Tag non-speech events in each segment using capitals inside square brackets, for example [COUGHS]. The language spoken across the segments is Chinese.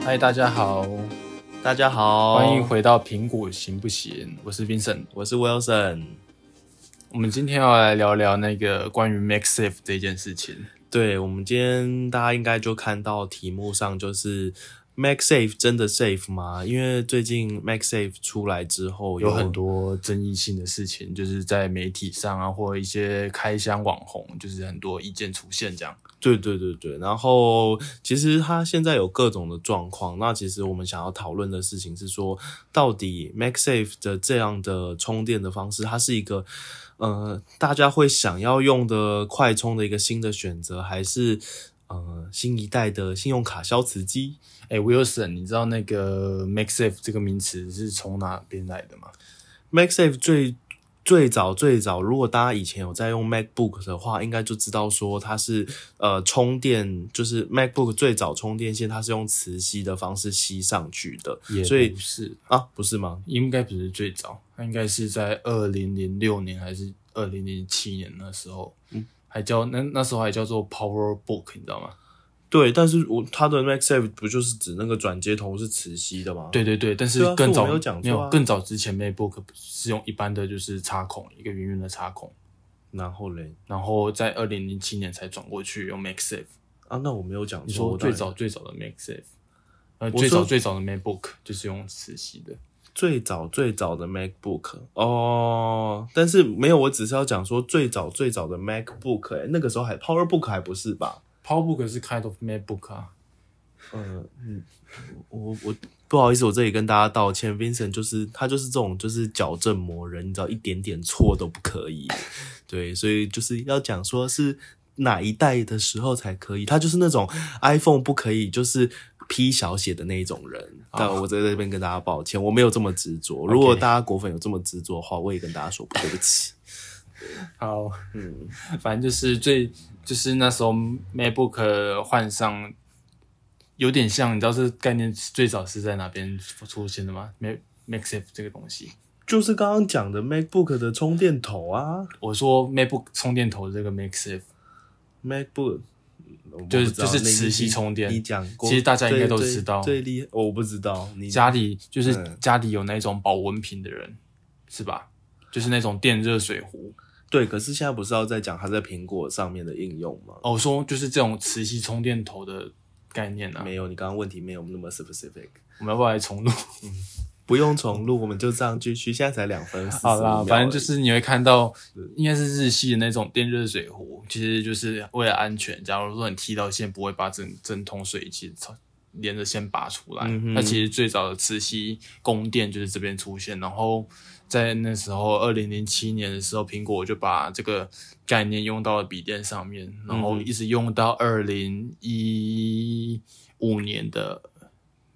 嗨，大家好，大家好，欢迎，回到苹果行不行？我是 Vincent。我是 Wilson。我们今天要来聊聊那个关于 MaxSafe 这件事情。对，我们今天大家应该就看到题目上就是 MagSafe 真的 safe 吗？因为最近 MagSafe 出来之后有很多争议性的事情，就是在媒体上啊，或一些开箱网红，就是很多意见出现这样。对对对对，然后其实它现在有各种的状况。那其实我们想要讨论的事情是说，到底 MagSafe 的这样的充电的方式，它是一个呃大家会想要用的快充的一个新的选择，还是呃新一代的信用卡消磁机？哎、w i l s o n 你知道那个 MaxSafe 这个名词是从哪边来的吗？ MagSafe 最最早最早，如果大家以前有在用 MacBook 的话，应该就知道说它是呃充电，就是 MacBook 最早充电线它是用磁吸的方式吸上去的，所以不是，啊不是吗？应该不是最早，它应该是在二零零六年还是二零零七年那时候，嗯，还叫那那时候还叫做 Power Book，你知道吗？对，但是我它的 MagSafe 不就是指那个转接头是磁吸的吗？对对对，但是对啊更是我早、没有讲错啊更早之前 MacBook 是用一般的就是插孔，一个圆圆的插孔，然后嘞然后在二零零七年才转过去用 MagSafe。啊，那我没有讲你错，说我当最然早最早的 MagSafe，呃，说最早最早的 MacBook 就是用磁吸的。最早最早的 MacBook 哦，但是没有，我只是要讲说最早最早的 MacBook，、欸、那个时候还 PowerBook 还不是吧？ PowerBook 是 kind of MacBook 啊，呃，嗯，我我不好意思，我这里跟大家道歉，Vincent 就是他就是这种就是矫正魔人，你知道一点点错都不可以，对，所以就是要讲说是哪一代的时候才可以，他就是那种 iPhone 不可以就是 P 小写的那一种人，但我在这边跟大家抱歉，我没有这么执着，如果大家果粉有这么执着的话，我也跟大家说对不起，好，嗯， [LAUGHS] 反正就是最就是那时候 MacBook 换上，有点像你知道这个概念最早是在哪边出现的吗？Mac MagSafe 这个东西，就是刚刚讲的 MacBook 的充电头啊我说 MacBook 充电头这个 MagSafe， ，MacBook。我不就是知道就是那磁吸你充电你讲过，其实大家应该都最知道最最厉害，哦我不知道，你家里就是嗯家里有那种保温瓶的人是吧？就是那种电热水壶。对，可是现在不是要在讲它在苹果上面的应用吗？哦，我说就是这种磁吸充电头的概念啊，没有，你刚刚问题没有那么 specific，我们要不要来重录？不用重录，我们就这样继续。现在才两分四十好啦，反正就是你会看到，应该是日系的那种电热水壶，其实就是为了安全。假如说你踢到线，不会把整整桶水一起抽连着线拔出来。嗯哼那其实最早的磁吸供电就是这边出现，然后在那时候二零零七年的时候，苹果就把这个概念用到了笔电上面，然后一直用到二零一五年的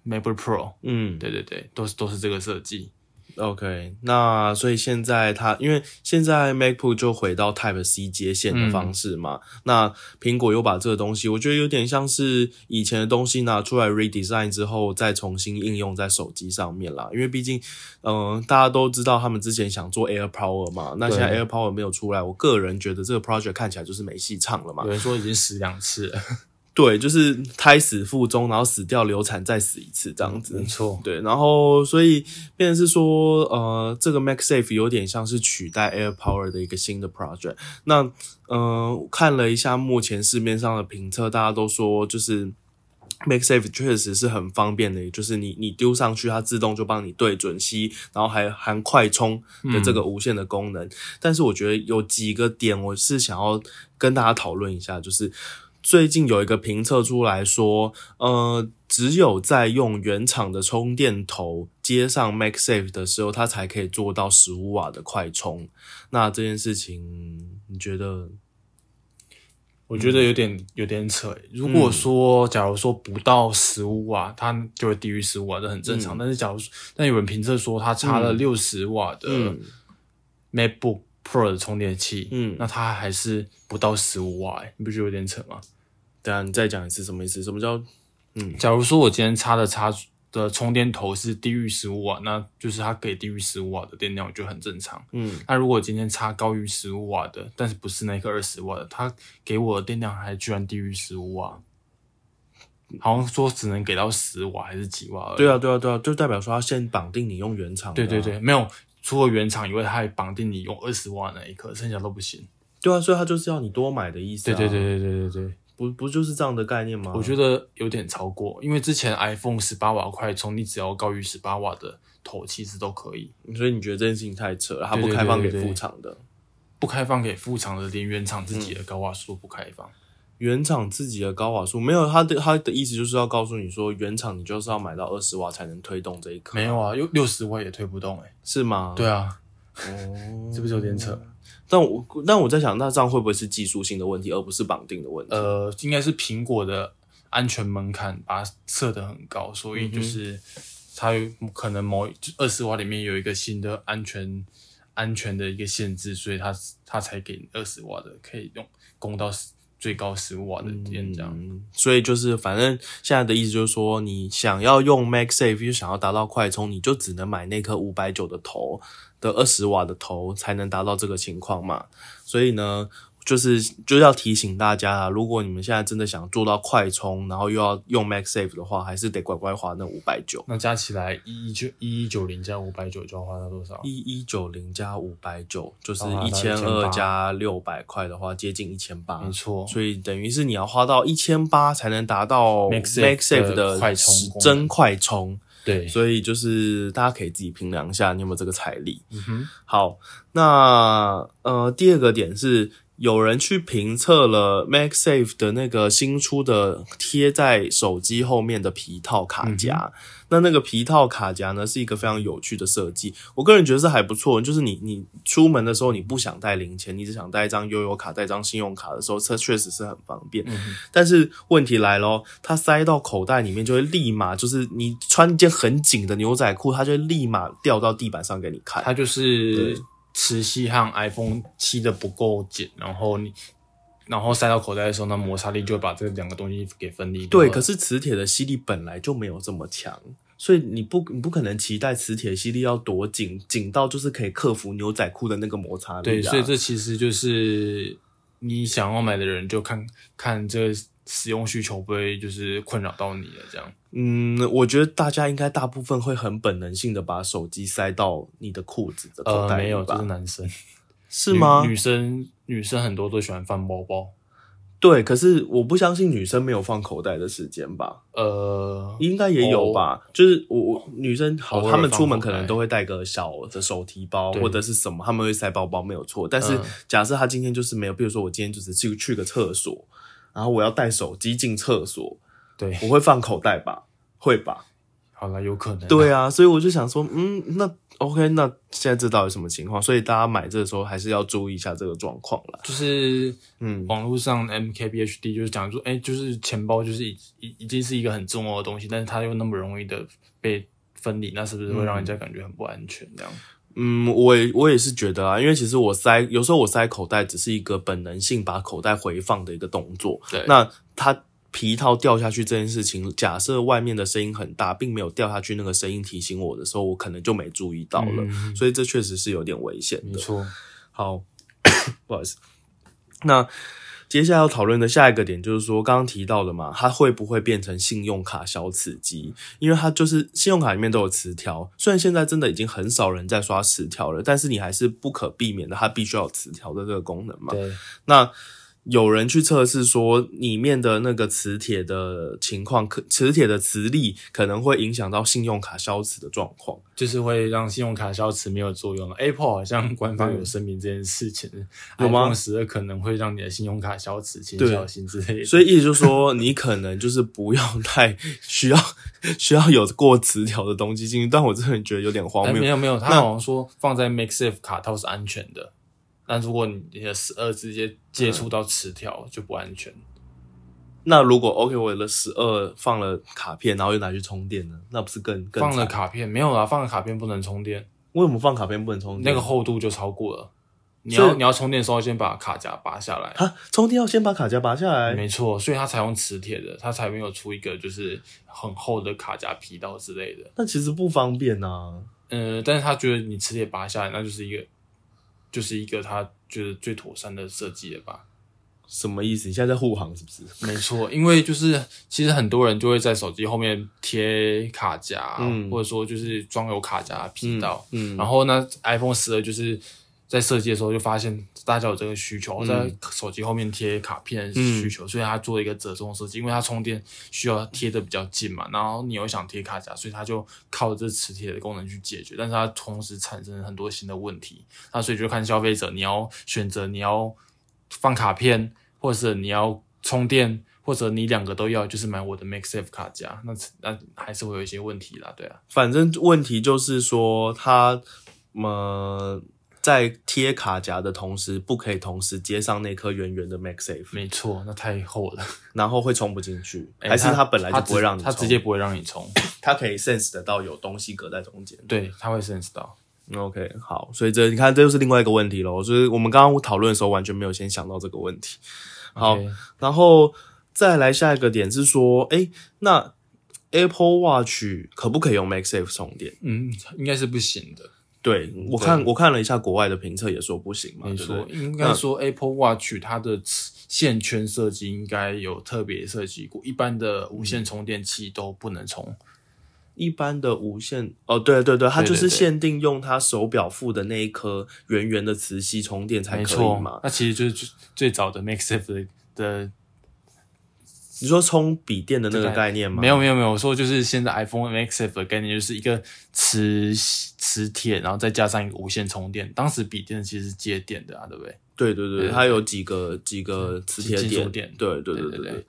MacBook Pro。嗯，对对对，都是都是这个设计。 OK，那所以现在它因为现在 MacBook 就回到 Type C 接线的方式嘛，那苹果又把这个东西，我觉得有点像是以前的东西拿出来 redesign 之后，再重新应用在手机上面啦。因为毕竟，嗯、大家都知道他们之前想做 Air Power 嘛，那现在对 Air Power 没有出来，我个人觉得这个 project 看起来就是没戏唱了嘛有。人说已经死两次 [LAUGHS] 了，对，就是胎死腹中，然后死掉流产再死一次这样子。错。对，然后所以变成是说，呃，这个 MagSafe 有点像是取代 Air Power 的一个新的 project。那，呃，看了一下目前市面上的评测，大家都说就是。MagSafe 确实是很方便的，就是你你丢上去，它自动就帮你对准吸，然后还含快充的这个无线的功能。但是我觉得有几个点，我是想要跟大家讨论一下，就是最近有一个评测出来说，呃，只有在用原厂的充电头接上 MagSafe 的时候，它才可以做到十五瓦的快充。那这件事情，你觉得？我觉得有点有点扯欸。如果说，假如说不到十五瓦，它就会低于十五瓦，这很正常。但是假如说，但有人评测说它插了六十瓦的 MacBook Pro 的充电器，嗯那它还是不到十五瓦欸，你不觉得有点扯吗？等一下你再讲一次什么意思？什么叫假如说我今天插的插的充电头是低于十五瓦，那就是它可以低于十五瓦的电量，我觉得很正常。嗯，那如果我今天插高于十五瓦的，但是不是那个二十瓦的，它给我的电量还居然低于十五瓦，好像说只能给到十瓦还是几瓦而已。对啊，对啊，对啊，就代表说它先绑定你用原厂的呃对啊、对对，没有，除了原厂以外，它还绑定你用二十瓦那一颗，剩下都不行。对啊，所以它就是要你多买的意思、对啊。对对，对对对对，不不就是这样的概念吗？我觉得有点超过，因为之前 iPhone 十八瓦快充，你只要高于十八瓦的头其实都可以，得，所以你觉得这件事情太扯了，它不对对开放给对对副厂的，不开放给副厂的，连原厂自己的高瓦数都不开放。原厂自己的高瓦数没有，它的它的意思就是要告诉你说，原厂你就是要买到二十瓦才能推动这一颗，没有啊，六六十瓦也推不动哎、是吗？对啊，哦，是不是有点扯？但我但我在想，那这样会不会是技术性的问题，而不是绑定的问题？呃，应该是苹果的安全门槛把它设得很高，所以就是它有可能某二十瓦里面有一个新的安全安全的一个限制，所以它它才给二十瓦的可以用供到10最高十五瓦的电这样。嗯，所以就是反正现在的意思就是说，你想要用 MagSafe 又想要达到快充，你就只能买那颗五百九的头的二十瓦的头才能达到这个情况嘛。所以呢，就是就要提醒大家啊，如果你们现在真的想做到快充，然后又要用 MagSafe 的话，还是得乖乖花那五百九。那加起来一一九一一九零加五百九就要花到多少？一一九零加五百九，就是哦一那千二1800加六百块的话，接近一千八。没错，所以等于是你要花到一千八才能达到 MagSafe MagSafe 的的快充功能真快充，对，所以就是大家可以自己衡量一下你有没有这个财力。嗯哼，好，那呃第二个点是有人去评测了 MagSafe 的那个新出的贴在手机后面的皮套卡嗯夹，那那个皮套卡夹呢是一个非常有趣的设计，我个人觉得是还不错，就是你你出门的时候你不想带零钱，你只想带一张悠游卡、带一张信用卡的时候，这确实是很方便。嗯但是问题来咯，它塞到口袋里面就会立马就是你穿一件很紧的牛仔裤，它就会立马掉到地板上给你看。它就是对磁吸和 iPhone 吸的不够紧，然后你然后塞到口袋的时候，那摩擦力就会把这两个东西给分离掉了。对，可是磁铁的吸力本来就没有这么强，所以你不你不可能期待磁铁吸力要多紧，紧到就是可以克服牛仔裤的那个摩擦力、啊。对，所以这其实就是你想要买的人就看看这使用需求不会就是困扰到你了这样。嗯，我觉得大家应该大部分会很本能性的把手机塞到你的裤子的口呃，袋没里有，吧？就是男生是吗女？女生女生很多都喜欢放包包，对，可是我不相信女生没有放口袋的时间吧？呃，应该也有吧？就是我我女生好哦偶，尔她们出门放口可能袋都会带个小的手提包对或者是什么，她们会塞包包没有错。但是嗯假设她今天就是没有，比如说我今天就是去去个厕所，然后我要带手机进厕所，对，我会放口袋吧？会吧？好了，有可能、对啊，啊，所以我就想说，嗯，那 OK，那现在这到底什么情况？所以大家买这个时候还是要注意一下这个状况啦。就是嗯，网络上 MKBHD 就是讲说，哎、就是钱包就是已已已经是一个很重要的东西，但是它又那么容易的被分离，那是不是会让人家感觉很不安全？这样、嗯，我也我也是觉得啊，因为其实我塞有时候我塞口袋只是一个本能性把口袋回放的一个动作。对那它皮套掉下去这件事情，假设外面的声音很大，并没有掉下去那个声音提醒我的时候，我可能就没注意到了，嗯所以这确实是有点危险没的。错，好， [COUGHS] 不好意思。那接下来要讨论的下一个点就是说，刚刚提到的嘛，它会不会变成信用卡小此机？因为它就是信用卡里面都有磁条，虽然现在真的已经很少人在刷磁条了，但是你还是不可避免的，它必须要有磁条的这个功能嘛。对，那有人去测试说，里面的那个磁铁的情况，可磁铁的磁力可能会影响到信用卡消磁的状况。就是会让信用卡消磁没有作用了。Apple 好像官方有声明这件事情，有吗十二可能会让你的信用卡消磁，请对小心之类的。所以意思就是说，你可能就是不要太需要 [LAUGHS] 需要有过磁条的东西进去。但我真的觉得有点荒哎没谬。有没有，他好像说放在 MakeSafe 卡套是安全的，但如果你的十二直接接触到磁条就不安全。那如果 OK，我的十二放了卡片，然后又拿去充电呢，那不是更更放了惨？卡片没有啦，放了卡片不能充电，为什么放卡片不能充那电？个厚度就超过了。你所要以你要充电的时候，先把卡夹拔下来。啊，充电要先把卡夹拔下来。没错，所以它采用磁铁的，它才没有出一个就是很厚的卡夹皮套之类的。那其实不方便啊。呃，但是他觉得你磁铁拔下来，那就是一个，就是一个他觉得最妥善的设计了吧？什么意思？你现在在护航是不是？没错，因为就是其实很多人就会在手机后面贴卡夹，嗯或者说就是装有卡夹的皮带。嗯，然后呢，iPhone 十二就是在设计的时候就发现大家有这个需求，在手机后面贴卡片的需求，所以它做了一个折中设计，因为它充电需要贴的比较近嘛，然后你又想贴卡夹，所以它就靠这磁铁的功能去解决，但是它同时产生了很多新的问题，那所以就看消费者你要选择你要放卡片，或者你要充电。或者你两个都要，就是买我的 MaxSafe 卡夹，那那还是会有一些问题啦，对啊，反正问题就是说，它呃在贴卡夹的同时，不可以同时接上那颗圆圆的 MagSafe，没错，那太厚了。然后会充不进去，欸还是它它本来就不会让你它充，直，它直接不会让你充，它可以 sense 得到有东西隔在中间。对，它会 sense 到。 OK，好，所以这你看，这就是另外一个问题咯，就是我们刚刚讨论的时候完全没有先想到这个问题。 [LAUGHS] 好 OK，然后再来下一个点是说，诶，那 Apple Watch 可不可以用 MagSafe 充电？嗯，应该是不行的，对我看我看了一下国外的评测，也说不行嘛，没啊对不对错。应该说 Apple Watch 它的线圈设计应该有特别设计过，一般的无线充电器都不能充。嗯一般的无线哦，对对对，它对就对是对限定用它手表附的那一颗圆圆的磁吸充电才没可错以嘛。，嗯那其实就是最最早的 MaxSafe 的你说充笔电的那个这个概念吗？没有没有没有，我说就是现在 iPhone MaxF 的概念就是一个磁磁铁，然后再加上一个无线充电。当时笔电其实是接电的啊，对不对？对对对，对嗯它有几个几个磁铁金点，属点对对对对对对。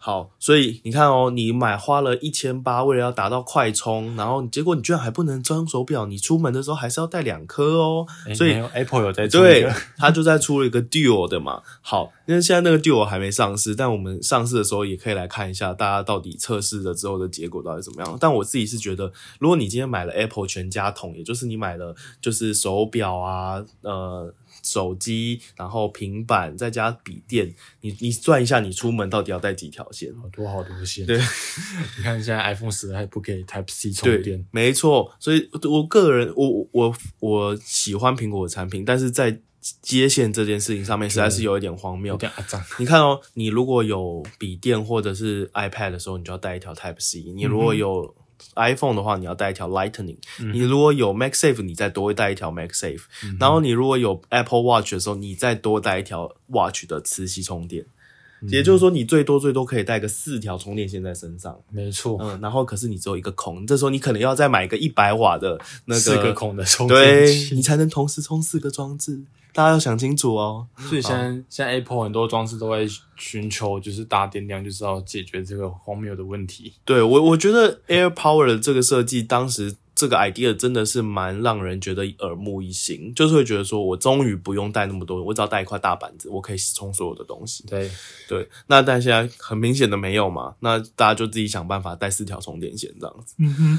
好，所以你看哦，你买花了一千八，为了要达到快充，然后结果你居然还不能装手表，你出门的时候还是要带两颗哦。诶所以哎没有 Apple 有在做一对个， [LAUGHS] 他就在出了一个 Duo 的嘛。好，因为现在那个 Duo 还没上市，但我们上市的时候也可以来看一下，大家到底测试了之后的结果到底怎么样。但我自己是觉得，如果你今天买了 Apple 全家桶，也就是你买了就是手表啊，呃。手机，然后平板，再加笔电，你你算一下，你出门到底要带几条线？好哦多好多线。对， [LAUGHS] 你看现在 iPhone 十还不给 Type C 充对电，，没错。所以我个人，我我我我喜欢苹果的产品，但是在接线这件事情上面，实在是有一点荒有谬。点阿脏。你看哦，你如果有笔电或者是 iPad 的时候，你就要带一条 Type C；你如嗯果有 iPhone 的话，你要带一条 Lightning；、你如果有 MagSafe，你再多带一条 MagSafe；、然嗯后你如果有 Apple Watch 的时候，你再多带一条 Watch 的磁吸充电。嗯也就是说，你最多最多可以带个四条充电线在身上， [LAUGHS] 没错，嗯，然后可是你只有一个孔，这时候你可能要再买一个一百瓦的那个四个，孔的充电对器。你才能同时充四个装置。大家要想清楚哦。 [LAUGHS] 所以现在现在 Apple 很多装置都在寻求，就是大电量，就是要解决这个荒谬的问题。对我，我觉得 Air Power 的这个设计，当时这个 idea 真的是蛮让人觉得耳目一新，就是会觉得说我终于不用带那么多，我只要带一块大板子，我可以充所有的东西。对，对，那但现在很明显的没有嘛，那大家就自己想办法带四条充电线这样子。嗯哼，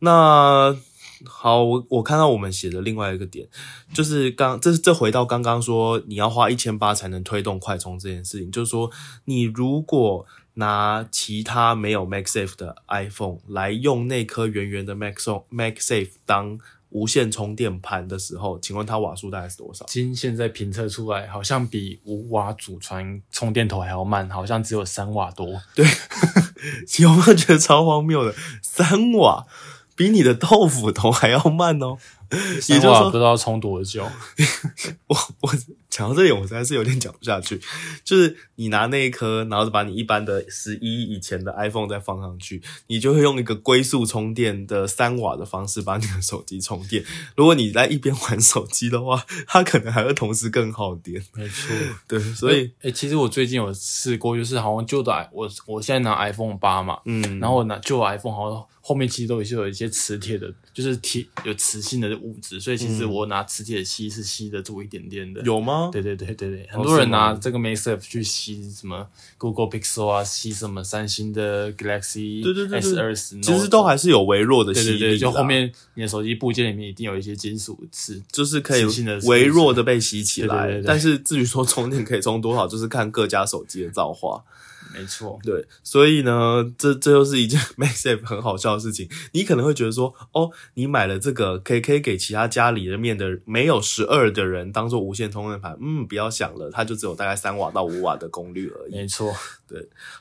那好，我我看到我们写的另外一个点，就是刚这这回到刚刚说你要花一千八才能推动快充这件事情，就是说你如果拿其他没有 MagSafe 的 iPhone 来用那颗圆圆的 Mag MagSafe 当无线充电盘的时候，请问它瓦数大概是多少？经现在评测出来，好像比五瓦祖传充电头还要慢，好像只有三瓦 [LAUGHS] 多。 [LAUGHS] 有没有觉得超荒谬的？三瓦比你的豆腐头还要慢哦。也三就是瓦说不知道充多久。我我讲到这里，我实在是有点讲不下去。就是你拿那一颗，然后把你一般的十一以前的 iPhone 再放上去，你就会用一个龟速充电的三瓦的方式把你的手机充电。如果你在一边玩手机的话，它可能还会同时更耗电。 [LAUGHS] 没错，对，所以诶、其实我最近有试过，就是好像旧的 i- 我我现在拿 iPhone 八嘛，嗯，然后我拿旧的 iPhone 好像后面其实都有一些有一些磁铁的，就是铁有磁性的物质，所以其实我拿磁铁吸是吸得住一点点的。嗯有吗？对对对对对，很哦多是人吗拿这个 MateSafe 去吸什么 Google Pixel 啊，吸什么三星的 Galaxy 对对对对 S 二十，其实都还是有微弱的对吸对力对，就啦后面你的手机部件里面一定有一些金属是就是可以磁性的微弱的被吸起来，对对对对但是至于说充电可以充多少，就是看各家手机的造化。没错，对，所以呢，这这又是一件 [LAUGHS] MagSafe 很好笑的事情。你可能会觉得说，哦，你买了这个，可以可以给其他家里面的没有十二的人当做无线充电盘，嗯，不要想了，它就只有大概三瓦到五瓦的功率而已。没错，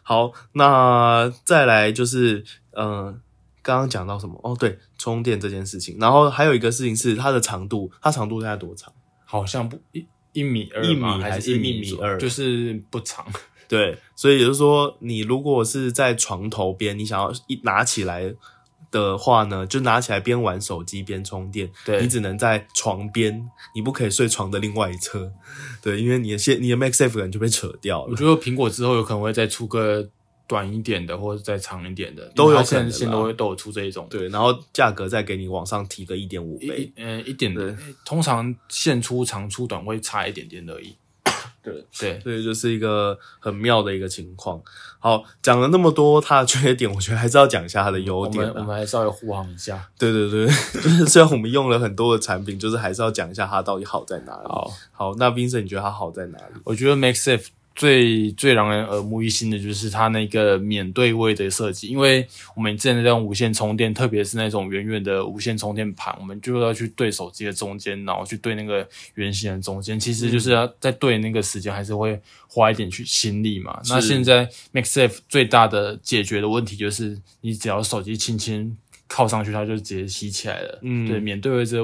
好，那再来就是，嗯、刚刚讲到什么？哦，对，充电这件事情。然后还有一个事情是它的长度，它长度大概多长？好像不一一米二一米吗还还是一一米左二就是不长。对，所以也就是说，你如果是在床头边，你想要一拿起来的话呢，就拿起来边玩手机边充电。对你只能在床边，你不可以睡床的另外一侧。对，因为你的线，你的 MagSafe 可能就被扯掉 [LAUGHS] 我了。觉得苹果之后有可能会再出个短一点的，或者再长一点的，都有因为它可能现在现在啦都会都有出这一种。对，然后价格再给你往上提个一点五一倍一。嗯一点的，通常线出长出短会差一点点而已。对对，所以就是一个很妙的一个情况。好，讲了那么多它的缺点，我觉得还是要讲一下它的优我点们我啊。们还稍微护航一下。对对对， [LAUGHS] 就是虽然我们用了很多的产品，就是还是要讲一下它到底好在哪里。好，好，那 Vincent 你觉得它好在哪里？我觉得 MaxSafe 最最让人耳目一新的就是它那个免对位的设计，因为我们之前在用无线充电，特别是那种圆圆的无线充电盘，我们就要去对手机的中间，然后去对那个圆形的中间，其实就是要在对那个时间还是会花一点去心力嘛。那是现在 MaxSafe 最大的解决的问题就是，你只要手机轻轻。靠上去，它就直接吸起来了。嗯对，免对位这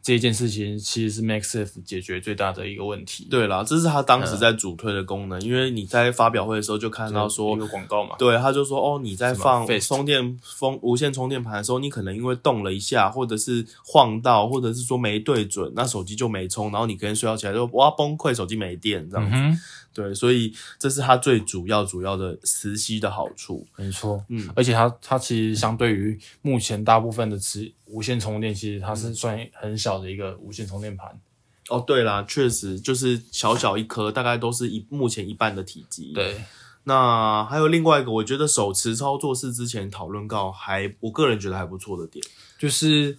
这一件事情，其实是 MaxSafe 解决最大的一个问题。对啦，这是他当时在主推的功能，因为你在发表会的时嗯候就看到说一，个广告嘛，对，他就说哦，你在什么放 Fist 充电风无线充电盘的时候，你可能因为动了一下，或者是晃到，或者是说没对准，那手机就没充，然后你可能睡觉起来就哇崩溃，手机没电这样子。嗯对，所以这是它最主要主要的磁吸的好处。哼，没错，嗯嗯，而且它它其实相对于目前大部分的磁无线充电，其实它是算很小的一个无线充电盘，哦，对啦，确实就是小小一颗，大概都是一目前一半的体积。，对，那还有另外一个，我觉得手持操作是之前讨论到还，我个人觉得还不错的点。就是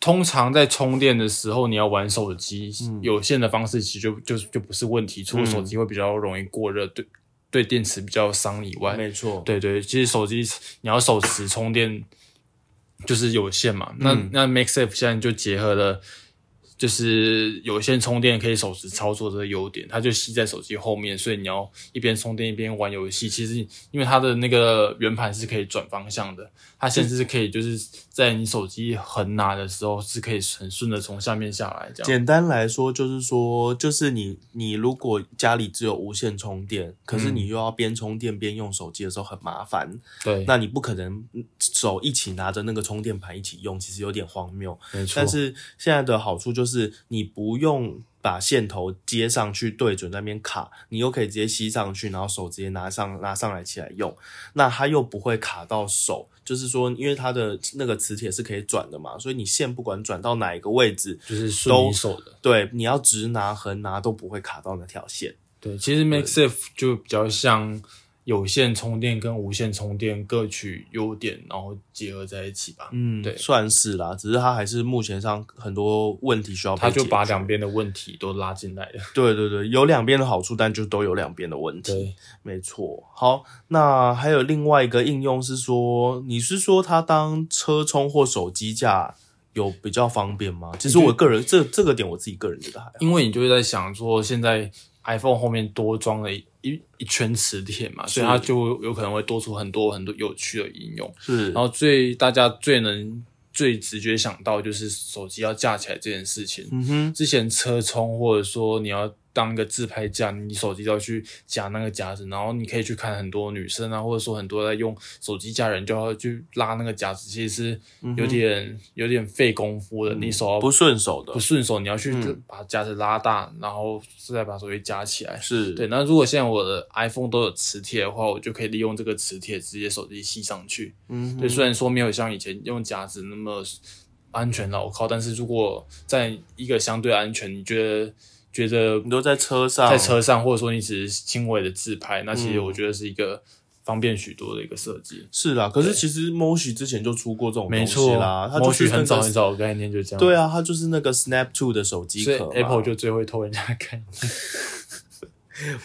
通常在充电的时候，你要玩手机，有线的方式其实就就就不是问题，除了手机会比较容易过热，对对电池比较伤以外，没错，对对，其实手机你要手持充电就是有线嘛，嗯那那 MaxSafe 现在就结合了。就是有线充电可以手持操作这个优点，它就吸在手机后面，所以你要一边充电一边玩游戏。其实因为它的那个圆盘是可以转方向的，它甚至是可以就是在你手机横拿的时候是可以很顺的从下面下来这样。简单来说，就是说，就是你你如果家里只有无线充电，可是嗯你又要边充电边用手机的时候很麻烦，对，那你不可能嗯手一起拿着那个充电盘一起用，其实有点荒谬。没错。但是现在的好处就是你不用把线头接上去对准那边卡，你又可以直接吸上去，然后手直接拿上拿上来起来用，那它又不会卡到手。就是说，因为它的那个磁铁是可以转的嘛，所以你线不管转到哪一个位置，就是顺都你手的。对，你要直拿横拿都不会卡到那条线。对，其实 MaxSafe 就比较像有线充电跟无线充电各取优点，然后结合在一起吧。嗯对算是啦，只是它还是目前上很多问题需要被它就解把决两边的问题都拉进来了。对对对，有两边的好处，但就都有两边的问题。，没错，好，那还有另外一个应用是说，你是说它当车充或手机架有比较方便吗？其实我个人这这个点我自己个人觉得还好。因为你就会在想说，现在 iPhone 后面多装了一一一圈磁铁嘛，所以是它就有可能会多出很多很多有趣的应用。是然后最大家最能最直觉想到就是手机要架起来这件事情。嗯哼，之前车充或者说你要当一个自拍架，你手机都要去夹那个夹子，然后你可以去看很多女生啊，或者说很多在用手机架的人就要去拉那个夹子，其实是有点、有点费功夫的，你手要不顺手的不顺手，你要去就把夹子拉大，然后再把手机夹起来。是对，那如果现在我的 iPhone 都有磁铁的话，我就可以利用这个磁铁直接手机吸上去。嗯对，虽然说没有像以前用夹子那么安全牢靠，但是如果在一个相对安全，你觉得觉得你都在车上，在车上，或者说你只是轻微的自拍，那其实我觉得是一个方便许多的一个设计。是啦。可是其实 Moshi 之前就出过这种东西啦，它或就是许那很个早很早的概念就这样。对啊，啊，它就是那个 Snap Two 的手机所以壳嘛。 Apple 就最会偷人家的概念。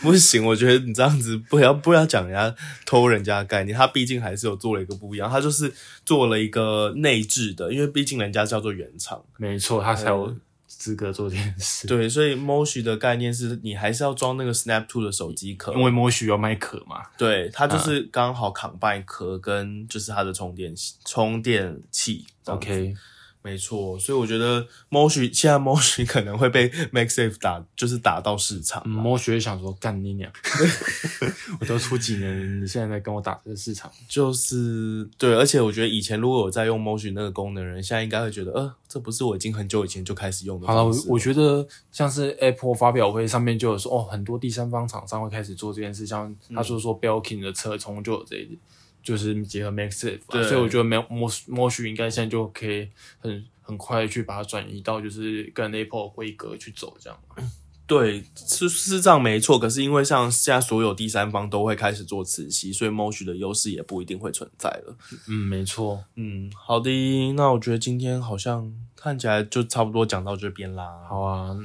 不行，我觉得你这样子不要不要讲人家偷人家的概念，他毕竟还是有做了一个不一样，他嗯就是做了一个内置的，因为毕竟人家叫做原厂，没错，它才有资格做这件事。，对，所以 Moshi 的概念是你还是要装那个 Snap Two 的手机壳，因为 Moshi 要卖壳嘛，对它就是刚好 combine 壳跟就是它的充电器充电器。这样子 OK，没错，所以我觉得 Moshi 现在 Moshi 可能会被 MaxSafe 打，就是打到市场。嗯，莫学想说干你 [LAUGHS] 娘，我都出几年了，你现在在跟我打这个市场，就是对，而且我觉得以前如果有在用 Motion 那个功能的人，现在应该会觉得，呃，这不是我已经很久以前就开始用的好了，方我式。我觉得像是 Apple 发表会上面就有说，哦，很多第三方厂商会开始做这件事，像他说说 Belkin 的车充就有这一点，就是结合 MaxSafe，、对啊、所以我觉得 Mo Mo- Moshi 应该现在就可以很很快去把它转移到就是跟 Apple 规格去走这样。对是是这样没错，可是因为像现在所有第三方都会开始做磁吸，所以 Motion 的优势也不一定会存在了。嗯，没错，嗯，好的，那我觉得今天好像看起来就差不多讲到这边啦。好啊，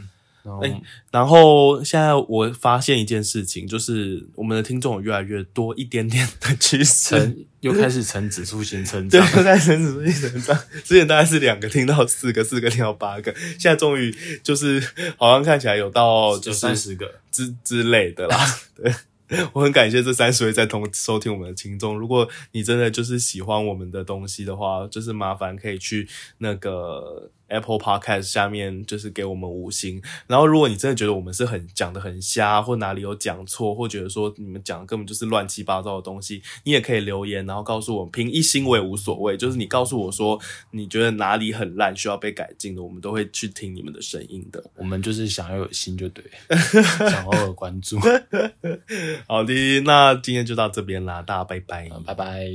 然后、然后现在我发现一件事情，就是我们的听众有越来越多一点点的 [LAUGHS] 趋势。成又开始呈指数型成对 [LAUGHS] 长，，就在神指数一成长，之前大概是两个听到四个，四个听到八个，现在终于就是好像看起来有到 [LAUGHS] 就就是哦三十个。之之类的啦。对， [LAUGHS] 我很感谢这三十位在同收听我们的听众。如果你真的就是喜欢我们的东西的话，就是麻烦可以去那个 Apple Podcast 下面，就是给我们五星。然后，如果你真的觉得我们是很讲的很瞎，或哪里有讲错，或觉得说你们讲的根本就是乱七八糟的东西，你也可以留言，然后告诉我们，凭一星我也无所谓。就是你告诉我说你觉得哪里很烂，需要被改进的，我们都会去听你们的声音的。我们就是想要有心就对， [LAUGHS] 想要有关注，啊好的，那今天就到这边啦，大家拜拜。嗯拜拜。